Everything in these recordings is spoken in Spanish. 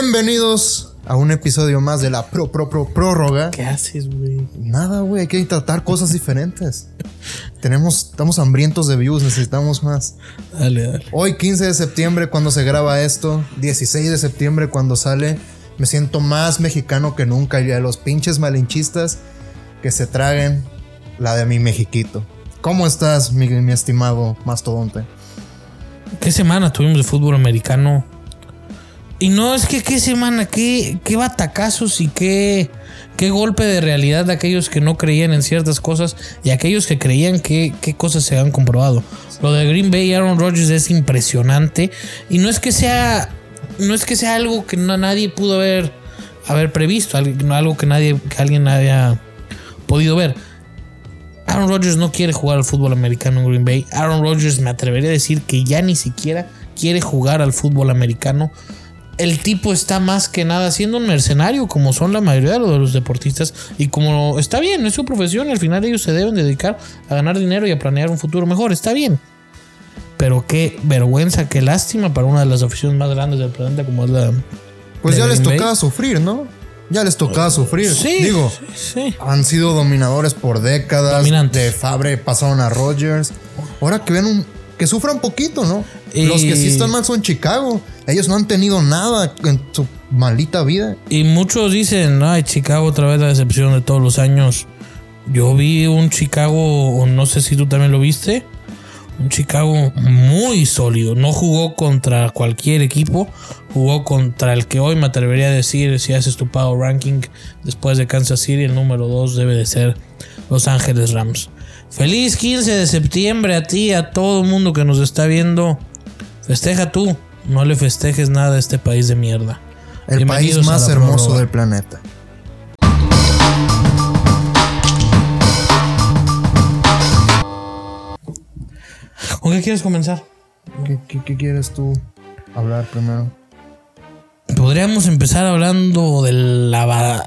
Bienvenidos a un episodio más de la pro, pro, pro, prórroga. ¿Qué haces, güey? Nada, güey, hay que tratar cosas diferentes. Tenemos, estamos hambrientos de views, necesitamos más. Dale, dale. Hoy 15 de septiembre cuando se graba esto, 16 de septiembre cuando sale, me siento más mexicano que nunca y a los pinches malinchistas que se traguen la de mi mexiquito. ¿Cómo estás, mi, mi estimado mastodonte? ¿Qué semana tuvimos de fútbol americano? Y no, es que qué semana, qué, qué batacazos y qué, qué golpe de realidad de aquellos que no creían en ciertas cosas y aquellos que creían que qué cosas se han comprobado. Lo de Green Bay y Aaron Rodgers es impresionante. Y no es que sea, no es que sea algo que no, nadie pudo haber, haber previsto, al- algo que nadie, que alguien haya podido ver. Aaron Rodgers no quiere jugar al fútbol americano en Green Bay. Aaron Rodgers me atrevería a decir que ya ni siquiera quiere jugar al fútbol americano. El tipo está más que nada siendo un mercenario, como son la mayoría de los deportistas. Y como está bien, es su profesión. Al final ellos se deben dedicar a ganar dinero y a planear un futuro mejor. Está bien. Pero qué vergüenza, qué lástima para una de las aficiones más grandes del planeta como es la... Pues ¿De ya les Green Bay? tocaba sufrir, ¿no? Ya les tocaba sufrir. Sí, Digo, sí, sí. han sido dominadores por décadas. Dominantes. De Fabre pasaron a Rogers. Ahora que ven un. Que sufran poquito, ¿no? Y- Los que sí están mal son Chicago. Ellos no han tenido nada en su maldita vida. Y muchos dicen, ay, Chicago otra vez la decepción de todos los años. Yo vi un Chicago, o no sé si tú también lo viste, un Chicago muy sólido. No jugó contra cualquier equipo, jugó contra el que hoy me atrevería a decir, si haces tu power ranking después de Kansas City, el número 2 debe de ser Los Ángeles Rams. Feliz 15 de septiembre a ti, a todo el mundo que nos está viendo. Festeja tú, no le festejes nada a este país de mierda. El país Bienvenidos a más la hermoso prórroga. del planeta. ¿Con qué quieres comenzar? ¿Qué, qué- qué quieres tú hablar primero? Podríamos empezar hablando de la... va-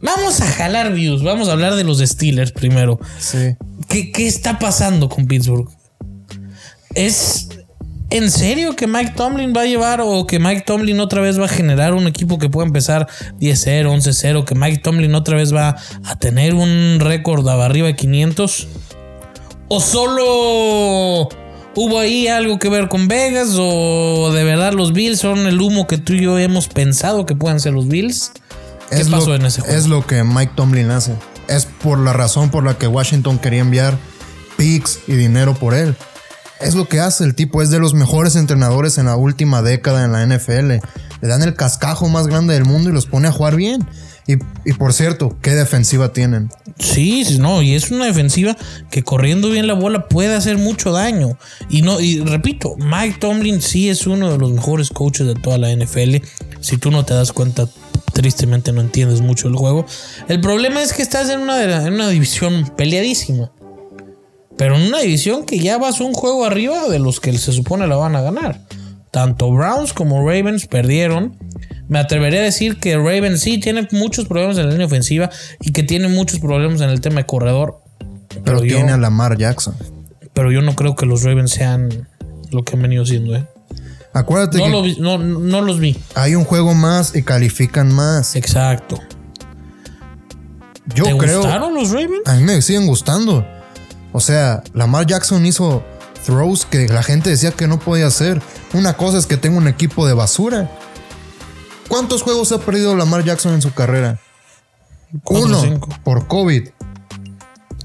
Vamos a jalar views, vamos a hablar de los Steelers primero. Sí. ¿Qué, qué está pasando con Pittsburgh? ¿Es en serio que Mike Tomlin va a llevar o que Mike Tomlin otra vez va a generar un equipo que pueda empezar 10-0, 11-0, que Mike Tomlin otra vez va a tener un récord de arriba de 500? ¿O solo hubo ahí algo que ver con Vegas? ¿O de verdad los Bills son el humo que tú y yo hemos pensado que puedan ser los Bills? ¿Qué Es pasó lo- en ese juego? Es lo que Mike Tomlin hace. Es por la razón por la que Washington quería enviar picks y dinero por él. Es lo que hace el tipo. Es de los mejores entrenadores en la última década en la NFL. Le dan el cascajo más grande del mundo y los pone a jugar bien. Y, y por cierto, qué defensiva tienen. Sí, sí, no, y es una defensiva que corriendo bien la bola puede hacer mucho daño. Y no, y repito, Mike Tomlin sí es uno de los mejores coaches de toda la NFL. Si tú no te das cuenta, tristemente no entiendes mucho el juego. El problema es que estás en una, de la- en una división peleadísima. Pero en una división que ya vas un juego arriba de los que se supone la van a ganar. Tanto Browns como Ravens perdieron. Me atrevería a decir que Ravens sí tiene muchos problemas en la línea ofensiva y que tiene muchos problemas en el tema de corredor. Pero, Pero yo- tiene a Lamar Jackson. Pero yo no creo que los Ravens sean lo que han venido siendo. ¿eh? Acuérdate No, que lo vi- no- no los vi. hay un juego más y califican más. Exacto. Yo ¿Te creo. gustaron los Ravens? a mí me siguen gustando. O sea, Lamar Jackson hizo throws que la gente decía que no podía hacer. Una cosa es que tenga un equipo de basura. ¿Cuántos juegos ha perdido Lamar Jackson en su carrera? Cuatro, Uno cinco. por COVID.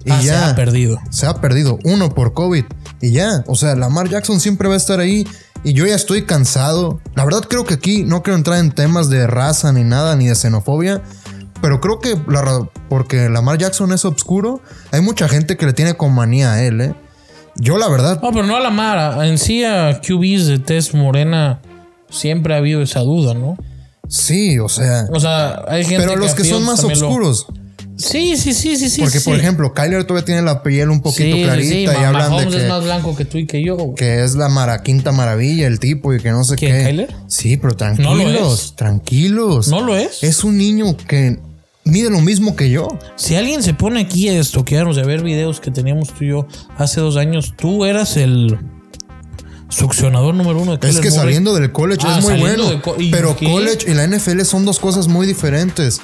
Y Ah, se ya ha perdido. se ha perdido uno por COVID y ya. O sea, Lamar Jackson siempre va a estar ahí y yo ya estoy cansado. La verdad creo que aquí no quiero entrar en temas de raza ni nada, ni de xenofobia. Pero creo que la ra- porque Lamar Jackson es obscuro, hay mucha gente que le tiene con manía a él, ¿eh? Yo la verdad, No, pero no a la Mara. En sí, a QBs de Tess Morena siempre ha habido esa duda, ¿no? sí, o sea. O sea, hay gente Pero los a que son Fields más también lo- obscuros. Sí, sí, sí, sí, sí. Porque, sí. por ejemplo, Kyler todavía tiene la piel un poquito Sí, sí, clarita sí, y Ma- hablan de Mahomes que. es más blanco que tú y que yo. güey. que es la mara, quinta maravilla el tipo y que no sé ¿Quién, qué. Kyler? Sí, pero No tranquilos, lo es. tranquilos. ¿No lo es? Es un niño que mide lo mismo que yo. Si alguien se pone aquí a estoquearnos y a ver videos que teníamos tú y yo hace dos años, tú eras el succionador número uno de Es Kyler que Murray. saliendo del college Ah, es muy saliendo bueno. de co- y- pero ¿qué? college y la NFL son dos cosas muy diferentes.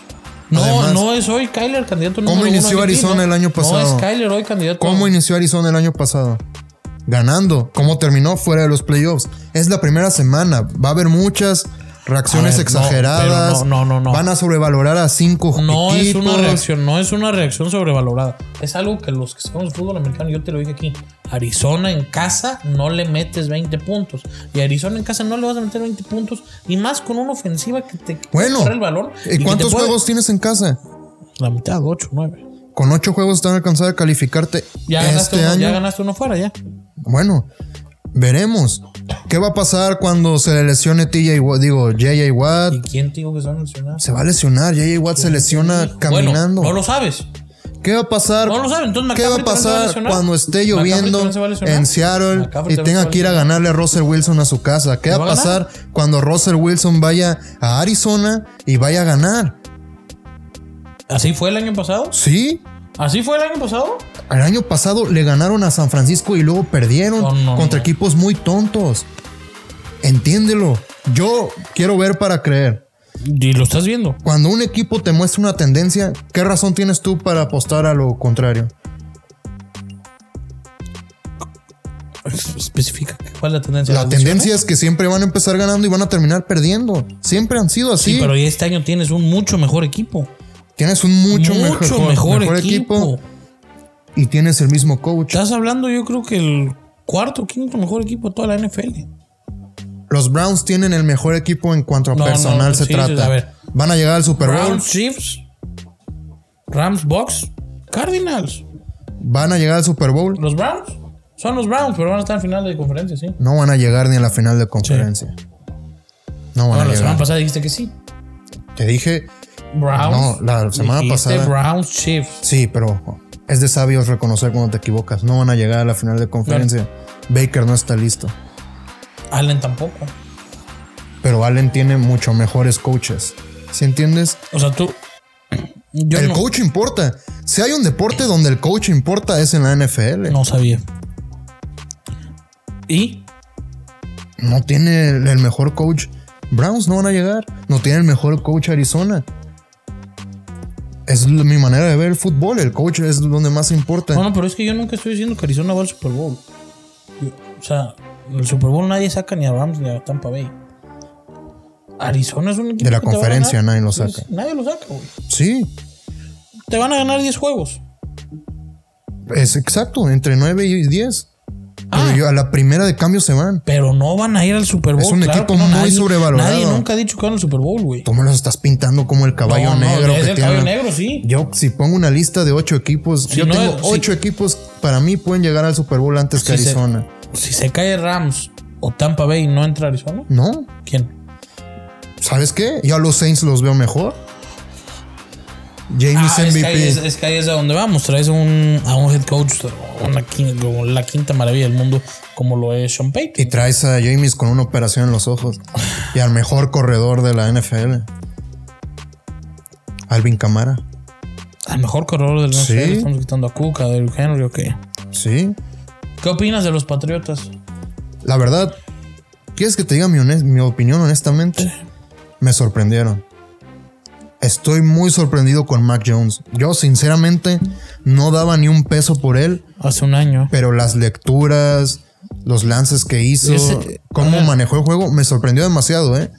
No, Además, no es hoy Kyler candidato ¿Cómo número uno inició a MVP, Arizona no? el año No pasado? es Kyler hoy candidato. ¿Cómo inició Arizona el año pasado? Ganando. ¿Cómo terminó fuera de los playoffs? Es la primera semana. Va a haber muchas reacciones A ver, no, exageradas. pero no, no, no, no. Van a sobrevalorar a cinco No es equipos. una reacción, no es una reacción sobrevalorada. Es algo que los que sabemos de fútbol americano, yo te lo dije aquí, Arizona en casa no le metes 20 puntos. Y a Arizona en casa no le vas a meter 20 puntos. Y más con una ofensiva que te que Bueno, corre el valor. ¿Y cuántos juegos tienes en casa? La mitad, 8, 9. Con ocho juegos están alcanzados a calificarte Ya, ganaste, este uno, año. ya ganaste uno fuera, ya. Bueno, veremos. ¿Qué va a pasar cuando se le lesione TJ Watt? Digo, JJ Watt. ¿Y quién te dijo que se va a lesionar? Se va a lesionar. JJ Watt se lesiona caminando. Bueno, no lo sabes. ¿Qué va a pasar? No lo saben, entonces ¿Qué va a McCaffrey también se va pasar a lesionar. cuando esté McCaffrey lloviendo también se va a lesionar. en Seattle McCaffrey y también se tenga va que ir a ganarle a Russell Wilson a su casa? ¿Qué ¿Le va a va a ganar? pasar cuando Russell Wilson vaya a Arizona y vaya a ganar? ¿Así fue el año pasado? ¿Sí? ¿Así fue el año pasado? El año pasado le ganaron a San Francisco y luego perdieron No, no, contra no. equipos muy tontos. Entiéndelo. Yo quiero ver para creer. Y lo estás viendo. Cuando un equipo te muestra una tendencia, ¿qué razón tienes tú para apostar a lo contrario? Especifica. ¿Cuál es la tendencia? La ¿Las tendencia es que siempre van a empezar ganando y van a terminar perdiendo. Siempre han sido así. Sí, pero este año tienes un mucho mejor equipo. Tienes un mucho, Mucho, mejor, mejor, mejor equipo. equipo. y tienes el mismo coach. Estás hablando, yo creo que el cuarto, quinto mejor equipo de toda la NFL. Los Browns tienen el mejor equipo en cuanto a No, personal no, se sí, sí, trata. a ver. Van a llegar al Super Bowl, Browns, Chiefs, Rams, Bucks, Cardinals. van a llegar al Super Bowl. Los Browns son los Browns, pero van a estar en final de conferencia, sí. No van a llegar ni a la final de conferencia. No van No, a la semana llegar. pasada dijiste que sí. Te dije, No, Browns. la semana dijiste pasada- Browns, Chiefs. sí, pero es de sabios reconocer cuando te equivocas. No van a llegar a la final de conferencia. Baker no está listo. Allen tampoco. Pero Allen tiene mucho mejores coaches. ¿Sí entiendes? O sea, tú. Yo el no, coach importa. Si hay un deporte donde el coach importa es en la NFL. no sabía. ¿Y? no tiene el el mejor coach. Browns no van a llegar. No tiene el mejor coach Arizona. Es l- mi manera de ver el fútbol. El coach es donde más importa. No, no, pero es que yo nunca estoy diciendo que Arizona va al Super Bowl. Yo- o sea, el Super Bowl nadie saca ni a Rams ni a Tampa Bay. Arizona es un equipo. De la que te va a conferencia ganar. nadie lo Sí, saca. sí, Nadie lo saca, güey. Sí, Te van a ganar 10 juegos. es exacto. Entre 9 y 10. Ah. Pero yo- a la primera de cambio se van. Pero no van a ir al Super Bowl. Es un claro equipo que no, muy nadie- sobrevalorado. Nadie nunca ha dicho que van al Super Bowl, güey. Tú me los estás pintando como el caballo No, no, negro es que el tiene. caballo negro, sí. Yo, si pongo una lista de ocho equipos, Si yo no, tengo si- ocho equipos para mí pueden llegar al Super Bowl antes que Si se- Arizona. Si se cae Rams o Tampa Bay y no entra Arizona, No, ¿quién? ¿sabes qué? Yo a los Saints los veo mejor. James Ah, es, que MVP. ahí es, es que ahí es a donde vamos. Traes un, a un head coach, una quin- como la quinta maravilla del mundo, como lo es Sean Payton. Y traes a James con una operación en los ojos. Y al mejor corredor de la NFL. Alvin Camara. Al mejor corredor del Sí. NFL, estamos quitando a Cook, a Derrick Henry, ok. Sí. ¿Qué opinas de los Patriotas? La verdad, ¿quieres que te diga mi, honest- mi opinión honestamente? Me sorprendieron. Estoy muy sorprendido con Mac Jones. Yo sinceramente no daba ni un peso por él, Hace un año. pero las lecturas, los lances que hizo, Ese- a cómo ver. manejó el juego, me sorprendió demasiado, ¿eh?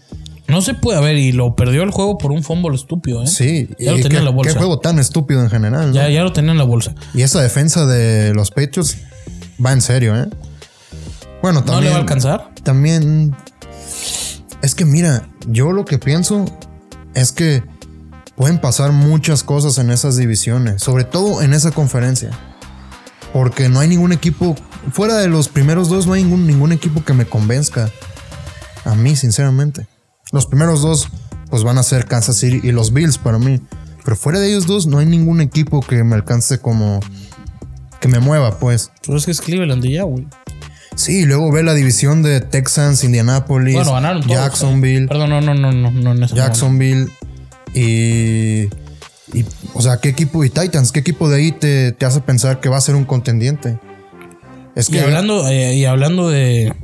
No se puede ver y lo perdió el juego por un fumble estúpido, ¿eh? Sí, Ya lo y qué, tenía en la bolsa. qué juego tan estúpido en general. ¿no? Ya, ya lo tenía en la bolsa. Y esa defensa de los Patriots va en serio, ¿eh? Bueno, ¿No también. le va a alcanzar? También. Es que mira, yo lo que pienso es que pueden pasar muchas cosas en esas divisiones, sobre todo en esa conferencia. Porque no hay ningún equipo, fuera de los primeros dos, no hay ningún, ningún equipo que me convenzca. A mí, sinceramente. Los primeros dos, pues van a ser Kansas City y los Bills para mí. Pero fuera de ellos dos, no hay ningún equipo que me alcance como... Que me mueva, pues. Pues es que es Cleveland y ya, güey. Sí, y luego ve la división de Texans, Indianapolis, Bueno, ganaron todos. Jacksonville, ¿eh? Perdón, no, no, no, no, no. en esa Jacksonville y, y, o sea, ¿qué equipo? Y Titans, ¿qué equipo de ahí te, te hace pensar que va a ser un contendiente? Es Y que hablando, eh, y hablando de,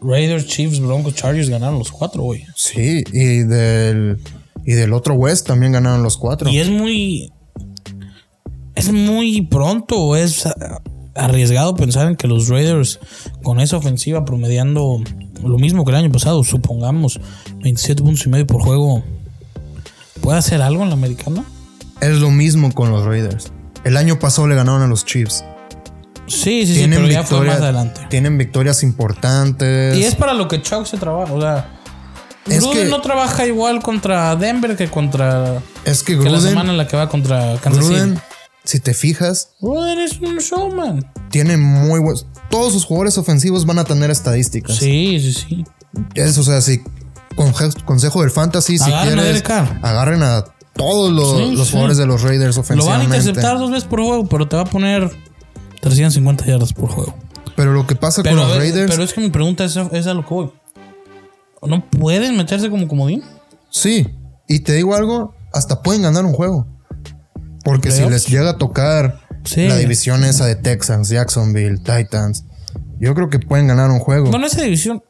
Raiders, Chiefs, Broncos, Chargers ganaron los cuatro, güey. Sí, y del, y del otro West también ganaron los cuatro. Y es muy. Es muy pronto, es ah, arriesgado pensar en que los Raiders, con esa ofensiva promediando lo mismo que el año pasado, supongamos 27 puntos y medio por juego, ¿puede hacer algo en la americana? Es lo mismo con los Raiders. El año pasado le ganaron a los Chiefs. Sí, sí, sí, pero ya fue más adelante. tienen victorias importantes. Y es para lo que Chuck se trabaja, o sea. Es Gruden que- no trabaja igual contra Denver que contra. Es que que la Gruden, semana en la que va contra Kansas Gruden, City. si te fijas, Gruden es un showman. tiene muy buenos. Todos sus jugadores ofensivos van a tener estadísticas. Sí, sí, sí. Es, o sea, si conje- consejo del fantasy, si Agarren a quieres, Derek Carr. agarren a todos los, Sí, los sí. jugadores de los Raiders Lo van a ofensivamente. interceptar dos veces por juego, pero te va a poner 350 yardas por juego. Pero lo que pasa Pero, con los es- Raiders, pero es que mi pregunta es, es a lo que voy. ¿No pueden meterse como comodín? sí. Y te digo algo, hasta pueden ganar un juego. Porque si ¿Playoffs? les llega a tocar Sí. la división esa de Texans, Jacksonville, Titans, yo creo que pueden ganar un juego. Bueno, esa división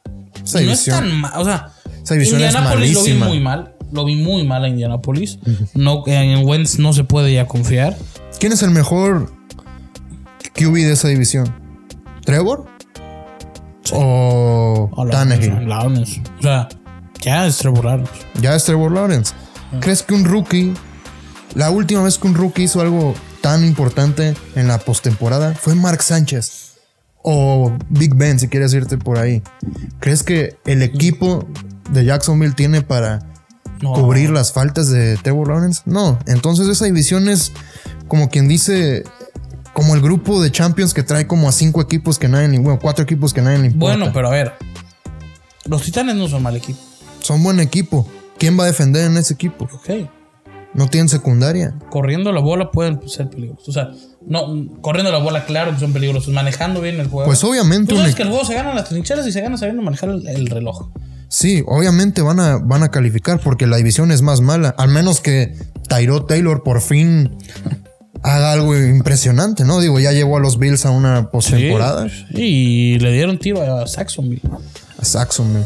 Esa no división- es tan mal. O sea, Esa división es Indianapolis lo vi malísima. muy mal. Lo vi muy mal a Indianapolis. no, en Wentz no se puede ya confiar. ¿Quién es el mejor QB de esa división? ¿Trevor? ¿O A Tannehill? Lawrence. O sea, ya es Trevor Lawrence. Ya es Trevor Lawrence. ¿Crees que un rookie, la última vez que un rookie hizo algo tan importante en la postemporada fue Mark Sánchez? O Big Ben, si quieres irte por ahí. ¿Crees que el equipo de Jacksonville tiene para No. cubrir las faltas de Trevor Lawrence? No. Entonces esa división es como quien dice, como el grupo de Champions que trae como a cinco equipos que nadie, le- bueno, cuatro equipos que nadie le importa. Bueno, pero a ver. Los Titanes no son mal equipo. Son buen equipo. ¿Quién va a defender en ese equipo? Ok. No tienen secundaria. Corriendo la bola pueden ser peligrosos. O sea, no, corriendo la bola, claro que son peligrosos. Manejando bien el juego. Pues obviamente Tú un sabes equ- que el juego se gana en las trincheras y se gana sabiendo manejar el, el reloj. Sí, obviamente van a, van a calificar porque la división es más mala. Al menos que Tyro Taylor por fin haga algo impresionante, ¿no? Digo, ya llevó a los Bills a una postemporada. Y le dieron tiro a Saxonville. A Saxon.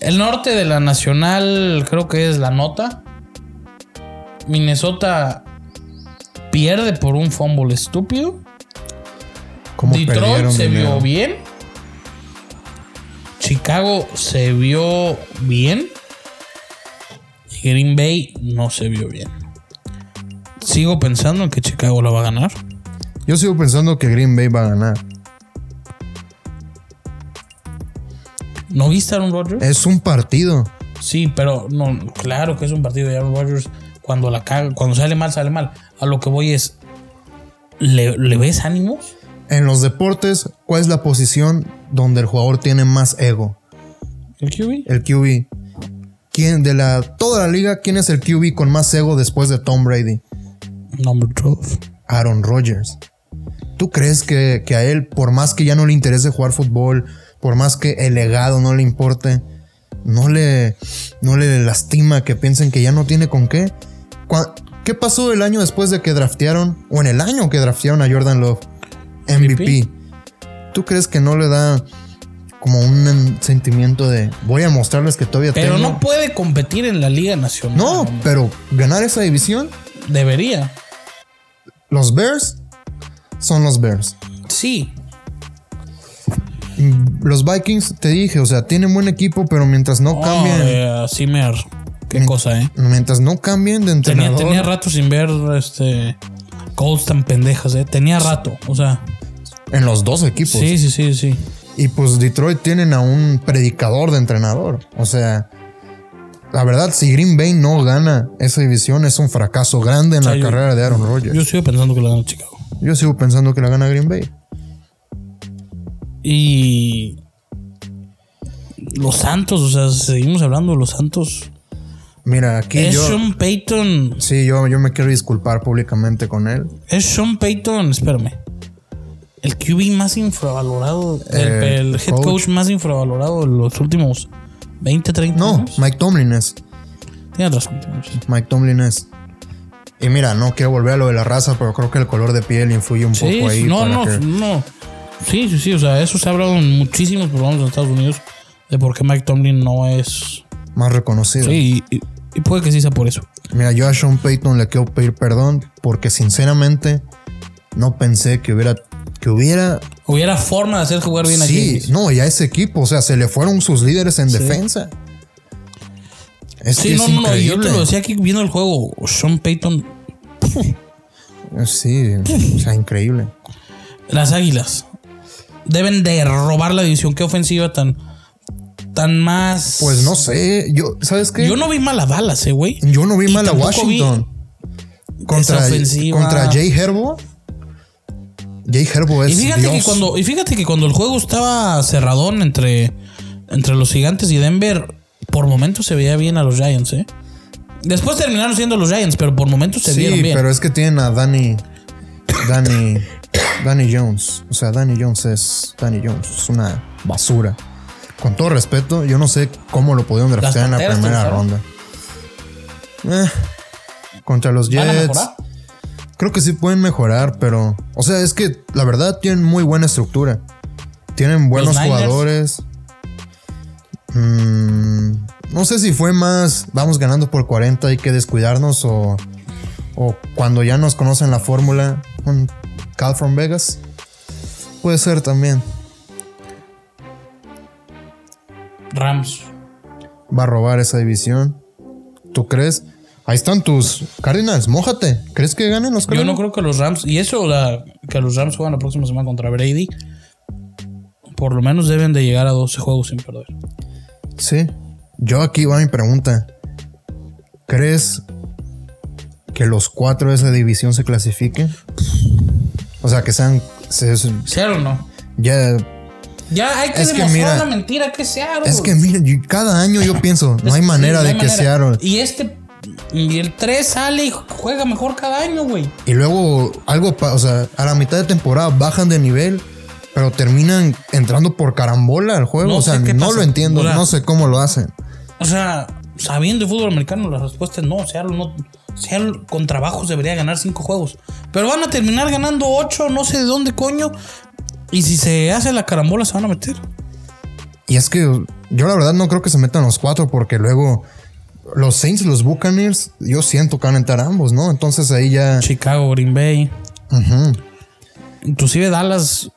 El norte de la nacional creo que es la nota. Minnesota pierde por un fumble estúpido. Como Detroit perdieron se dinero. vio bien. Chicago se vio bien. Y Green Bay no se vio bien. Sigo pensando en que Chicago la va a ganar. Yo sigo pensando que Green Bay va a ganar. ¿No viste a Aaron Rodgers? Es un partido. Sí, pero no, claro que es un partido de Aaron Rodgers. Cuando la caga, cuando sale mal, sale mal. A lo que voy es. ¿Le, le ves ánimos? En los deportes, ¿cuál es la posición donde el jugador tiene más ego? ¿El QB? El QB. ¿Quién de la toda la liga quién es el QB con más ego después de Tom Brady? Number 12. Aaron Rodgers. ¿Tú crees que, que a él, por más que ya no le interese jugar fútbol, por más que el legado no le importe, no le, no le lastima que piensen que ya no tiene con qué? Cua- ¿Qué pasó el año después de que draftearon, o en el año que draftearon a Jordan Love? MVP. ¿Tú crees que no le da como un em, sentimiento de voy a mostrarles que todavía Pero tengo? no puede competir en la Liga Nacional. no, pero ganar esa división, Debería. los Bears son los Bears. Sí. Mm, Los Vikings, te dije, o sea, tienen buen equipo, pero mientras no cambien, Oh, eh, Zimmer. Qué cosa, ¿eh? mientras no cambien de Tenía, Mm. entrenador, tenía rato sin ver este. Colts tan pendejas, ¿eh? Tenía rato. O sea. en los dos equipos. Sí, sí, sí, sí. Y pues Detroit tienen a un predicador de entrenador. O sea, la verdad, si Green Bay no gana esa división, es un fracaso grande en Sí, la yo- carrera de Aaron Rodgers. Yo sigo pensando que la gana Chicago. Yo, sigo pensando que la gana Green Bay. Y. Los Santos, o sea, seguimos hablando de los Santos. Mira, aquí Es yo. Sean Payton. Sí, yo, yo me quiero disculpar públicamente con él. Es Sean Payton, espérame. El QB más infravalorado. El, Eh, el head coach. coach. más infravalorado de los últimos 20, 30 No, años. Mike Tomlin es. Tiene razón. tiene razón. Mike Tomlin es. Y mira, no quiero volver a lo de la raza, pero creo que el color de piel influye un Sí, poco ahí. no, para no, que- no. Sí, sí, sí. O sea, eso se ha hablado en muchísimos programas en Estados Unidos. de por qué Mike Tomlin no es. Más reconocido. Sí, y, y- y puede que sí sea por eso. Mira, yo a Sean Payton le quiero pedir perdón porque sinceramente no pensé que hubiera que hubiera Hubiera forma de hacer jugar bien a sí, Jenkins. no, y a ese equipo, o sea, se le fueron sus líderes en defensa. Es Sí, que no, es no, no, y yo te increíble. lo decía aquí viendo el juego. Sean Payton, Sí, o sea, increíble. las águilas. Deben de robar la división. Qué ofensiva tan. Tan más. Pues no sé, yo ¿sabes qué? Yo no vi mala balas, eh, güey. Yo no vi Y mal a tampoco Washington. esa Contra, ofensiva. contra Jay Herbo. Jay Herbo es. Y fíjate, que Dios. cuando, y fíjate que cuando el juego estaba cerradón entre, entre los gigantes y Denver, por momentos se veía bien a los Giants, ¿eh? Después terminaron siendo los Giants, pero por momentos se vieron Sí, bien. pero es que tienen a Danny. Danny. Danny Jones. O sea, Danny Jones es. Danny Jones. Es una basura. Con todo respeto, yo no sé cómo lo pudieron draftear en la Panteras primera triunfaron. ronda. Eh, contra los ¿Van a Jets. mejorar? Creo que sí pueden mejorar, pero. O sea, es que la verdad tienen muy buena estructura. Tienen buenos Niners? jugadores. Mm, no sé si fue más. Vamos ganando por 40, hay que descuidarnos. O, o cuando ya nos conocen la fórmula. Un Cal from Vegas. Puede ser también. Rams. Va a robar esa división. ¿Tú crees? Ahí están tus Cardinals, mójate. ¿Crees que ganen los Yo Cardinals? no creo que los Rams, y eso la- que los Rams juegan la próxima semana contra Brady, por lo menos deben de llegar a 12 juegos sin perder. Sí. Yo aquí va mi pregunta. ¿Crees que los cuatro de esa división se clasifiquen? O sea, que sean... se- se- ¿Cierto o no? ya, Ya hay que Es que demostrar mira, la mentira que sea. es que, mira, yo- cada año yo pienso, no hay manera de que Seattle... Y este, y el 3 sale y juega mejor cada año, güey. Y luego algo, pa- o sea, a la mitad de temporada bajan de nivel, pero terminan entrando por carambola al juego. No o sea, sé qué no pasa. lo entiendo, O sea, no sé cómo lo hacen. O sea, sabiendo de fútbol americano, la respuesta es no. Seattle, no, Seattle con trabajos debería ganar cinco juegos. Pero van a terminar ganando ocho, no sé de dónde coño. Y si se hace la carambola, se van a meter. Y es que yo la verdad no creo que se metan los cuatro porque luego los Saints y los Buccaneers, yo siento que van a entrar ambos, ¿no? Entonces ahí ya... Chicago, Green Bay. Ujú. Inclusive Dallas.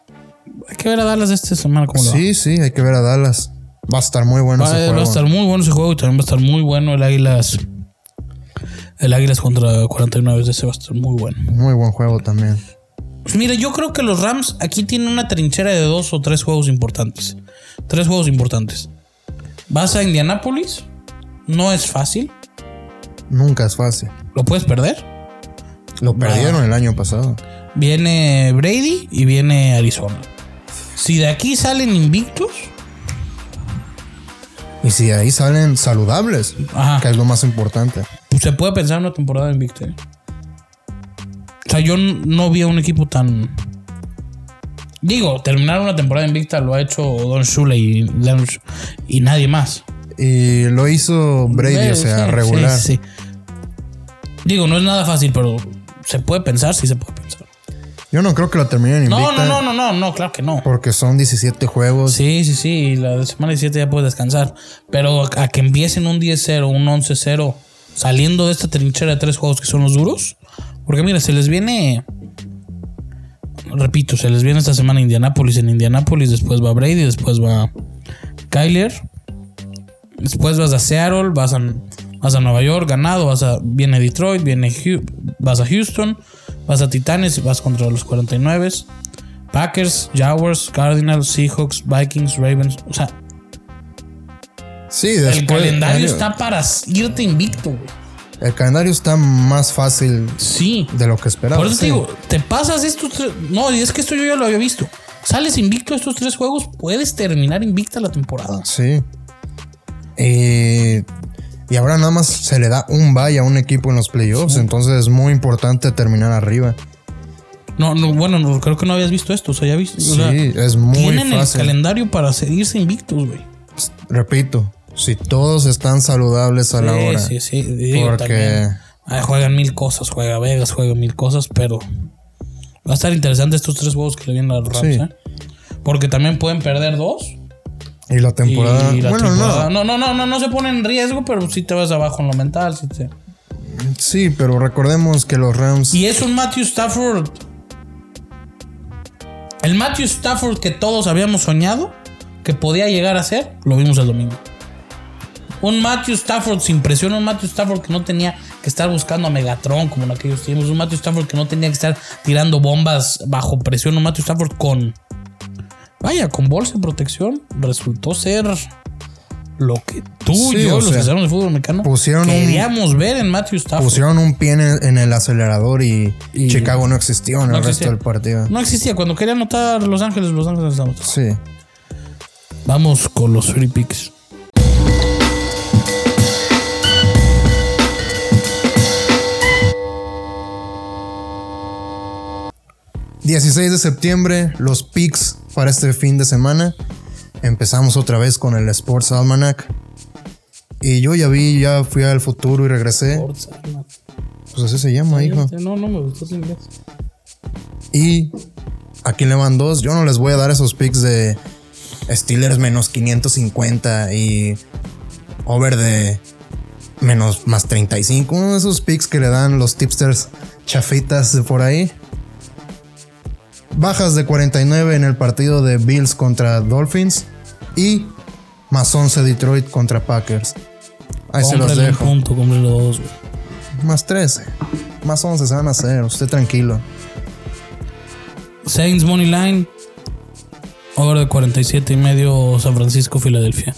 Hay que ver a Dallas esta semana cómo le va. Sí, sí, hay que ver a Dallas. Va a estar muy bueno Va, ese va a juego. estar muy bueno ese juego y también va a estar muy bueno el Águilas. El Águilas contra 49 de ese va a estar muy bueno. Muy buen juego también. Pues mira, yo creo que los Rams aquí tienen una trinchera de dos o tres juegos importantes. Tres juegos importantes. Vas a Indianápolis, no es fácil, Nunca es fácil. lo puedes perder. Lo perdieron el año pasado. Viene Brady y viene Arizona. Si de aquí salen invictos, Y si ahí salen saludables, Ajá. que es lo más importante. pues se puede pensar en una temporada invicta. ¿eh? O sea, yo n- no vi a un equipo tan... Digo, terminar una temporada invicta lo ha hecho Don Shule y, Dan Sh- y nadie más. Y lo hizo Brady, o Sí, sea, sí, regular. sí, sí. Digo, no es nada fácil, pero se puede pensar, sí se puede pensar. Yo no creo que lo terminen No, invicta. no, no, no, no, no, claro que no. Porque son 17 juegos. Sí, sí, sí, la semana 17 ya puedes descansar. Pero a a que empiecen un 10-0, un 11-0, saliendo de esta trinchera de tres juegos que son los duros. Porque mira, se les viene. Repito, se les viene esta semana Indianápolis. En Indianápolis después va Brady, después va Kyler. Después vas a Seattle, vas a, vas a Nueva York, ganado, vas a, viene Detroit, viene Hu- vas a Houston, vas a Titanes, vas contra los 49. Packers, Jaguars, Cardinals, Seahawks, Vikings, Ravens. O sea, Sí, después. el calendario está para irte invicto, güey. El calendario está más fácil Sí. de lo que esperaba. Por eso sí. te digo, te pasas estos tres. No, y es que esto yo ya lo había visto. Sales invicto estos tres juegos, puedes terminar invicta la temporada. Sí. Eh, y ahora nada más se le da un bye a un equipo en los playoffs. Entonces es muy importante terminar arriba. No, no, bueno, no, creo que no habías visto esto. O sea, ya viste. Sí, o sea, es muy tienen el fácil. calendario para seguirse invictos, güey. Repito, si todos están saludables a la Sí, hora. sí, sí. Digo, Porque- también, ah, juegan mil cosas, juega Vegas, juega mil cosas, pero va a ¿eh? estar interesante estos tres juegos que le vienen a los Rams, Sí. ¿eh? Porque también pueden perder dos Y la temporada. Y la bueno, temporada- no. no. No, no, no, no se pone en riesgo, pero sí te vas abajo en lo mental. sí te- Sí, pero recordemos que los Rams. Y es un Matthew Stafford. El Matthew Stafford que todos habíamos soñado que podía llegar a ser, lo vimos el domingo. Un Matthew Stafford sin presión, un Matthew Stafford que no tenía que estar buscando a Megatron como en aquellos tiempos, un Matthew Stafford que no tenía que estar tirando bombas bajo presión, un Matthew Stafford con. Vaya, con bolsa de protección, resultó ser lo que tú y Sí, o yo, los sea, que sabemos de fútbol americano, pusieron un- queríamos ver en Matthew Stafford. Pusieron un pie en el, en el acelerador y, Y- Chicago no existió en No el existía. resto del partido. No existía. Cuando quería anotar Los Ángeles, Los Ángeles anotaba. Sí. Vamos con los free picks. Ujú. 16 de septiembre, los picks para este fin de semana. Empezamos otra vez con el Sports Almanac. Y yo ya vi, ya fui al futuro y regresé. Pues así se llama, hijo. ah, No, no me gustó ese inglés. Y aquí le van dos. Yo no les voy a dar esos picks de Steelers menos 550 y over de menos más 35. Uno de esos picks que le dan los tipsters chafitas de por ahí. Bajas de 49 en el partido de Bills contra Dolphins y más 11 Detroit contra Packers. Ahí se los Cómprale un dejo. punto, cómprale dos, güey. Más 13. Más 11 se van a hacer. Usted tranquilo. Saints Money Line. Over de 47 y medio San Francisco, Filadelfia.